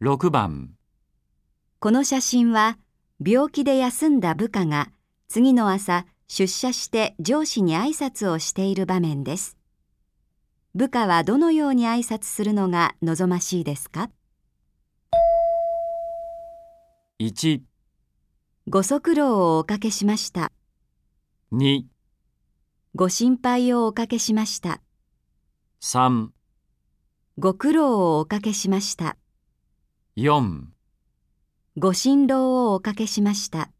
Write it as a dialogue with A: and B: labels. A: 6番、
B: この写真は病気で休んだ部下が次の朝出社して上司に挨拶をしている場面です。部下はどのように挨拶するのが望ましいですか
A: 1、
B: ご足労をおかけしました。
A: 2、
B: ご心配をおかけしました。
A: 3、
B: ご苦労をおかけしました。
A: 4
B: ご心労をおかけしました。